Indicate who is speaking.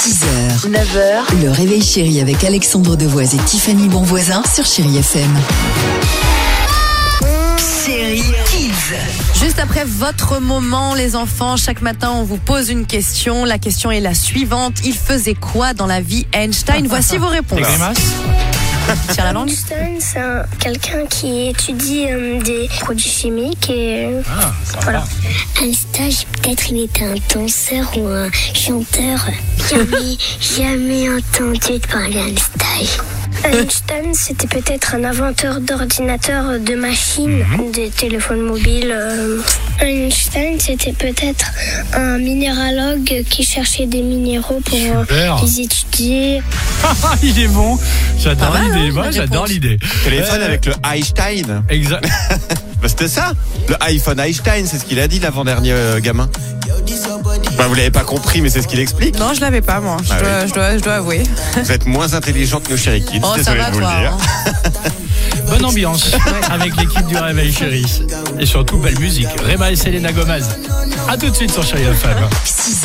Speaker 1: 6h, 9h, le réveil chéri avec Alexandre Devoise et Tiffany Bonvoisin sur Chéri FM. Chéri Kids.
Speaker 2: Juste après votre moment, les enfants, chaque matin, on vous pose une question. La question est la suivante. Il faisait quoi dans la vie Einstein Voici vos réponses. Tiens la langue.
Speaker 3: Einstein, c'est un- quelqu'un qui étudie euh, des produits chimiques et euh, voilà. Einstein, peut-être il était un danseur ou un chanteur. Jamais, jamais entendu de parler Einstein. Einstein, c'était peut-être un inventeur d'ordinateurs, de machines, des téléphones mobiles. euh. Einstein, c'était peut-être un minéralogue qui cherchait des minéraux pour euh,
Speaker 4: Super.
Speaker 3: les étudier.
Speaker 4: Ah, il est bon. J'adore
Speaker 2: Pas mal,
Speaker 4: l'idée.
Speaker 2: hein,
Speaker 4: Moi,
Speaker 2: la
Speaker 4: j'adore
Speaker 2: réponse.
Speaker 4: l'idée.
Speaker 5: Téléphone
Speaker 4: Euh,
Speaker 5: avec le Einstein.
Speaker 4: Exact.
Speaker 5: Bah, c'était ça. Le iPhone Einstein, c'est ce qu'il a dit l'avant-dernier euh, gamin. Bah, vous l'avez pas compris, mais c'est ce qu'il explique.
Speaker 2: Non, je l'avais pas, moi. Je,
Speaker 5: Ah
Speaker 2: dois,
Speaker 5: oui.
Speaker 2: je dois- je dois avouer.
Speaker 5: Vous êtes moins intelligent que nos chéri kids.
Speaker 2: Oh, ça
Speaker 5: Désolé
Speaker 2: va,
Speaker 5: de vous
Speaker 2: toi.
Speaker 5: le dire.
Speaker 2: hein.
Speaker 4: Bonne ambiance avec l'équipe du Réveil Chéri. Et surtout, belle musique. Rema et Selena Gomez. À tout de suite sur Chéri FM.
Speaker 1: 6h,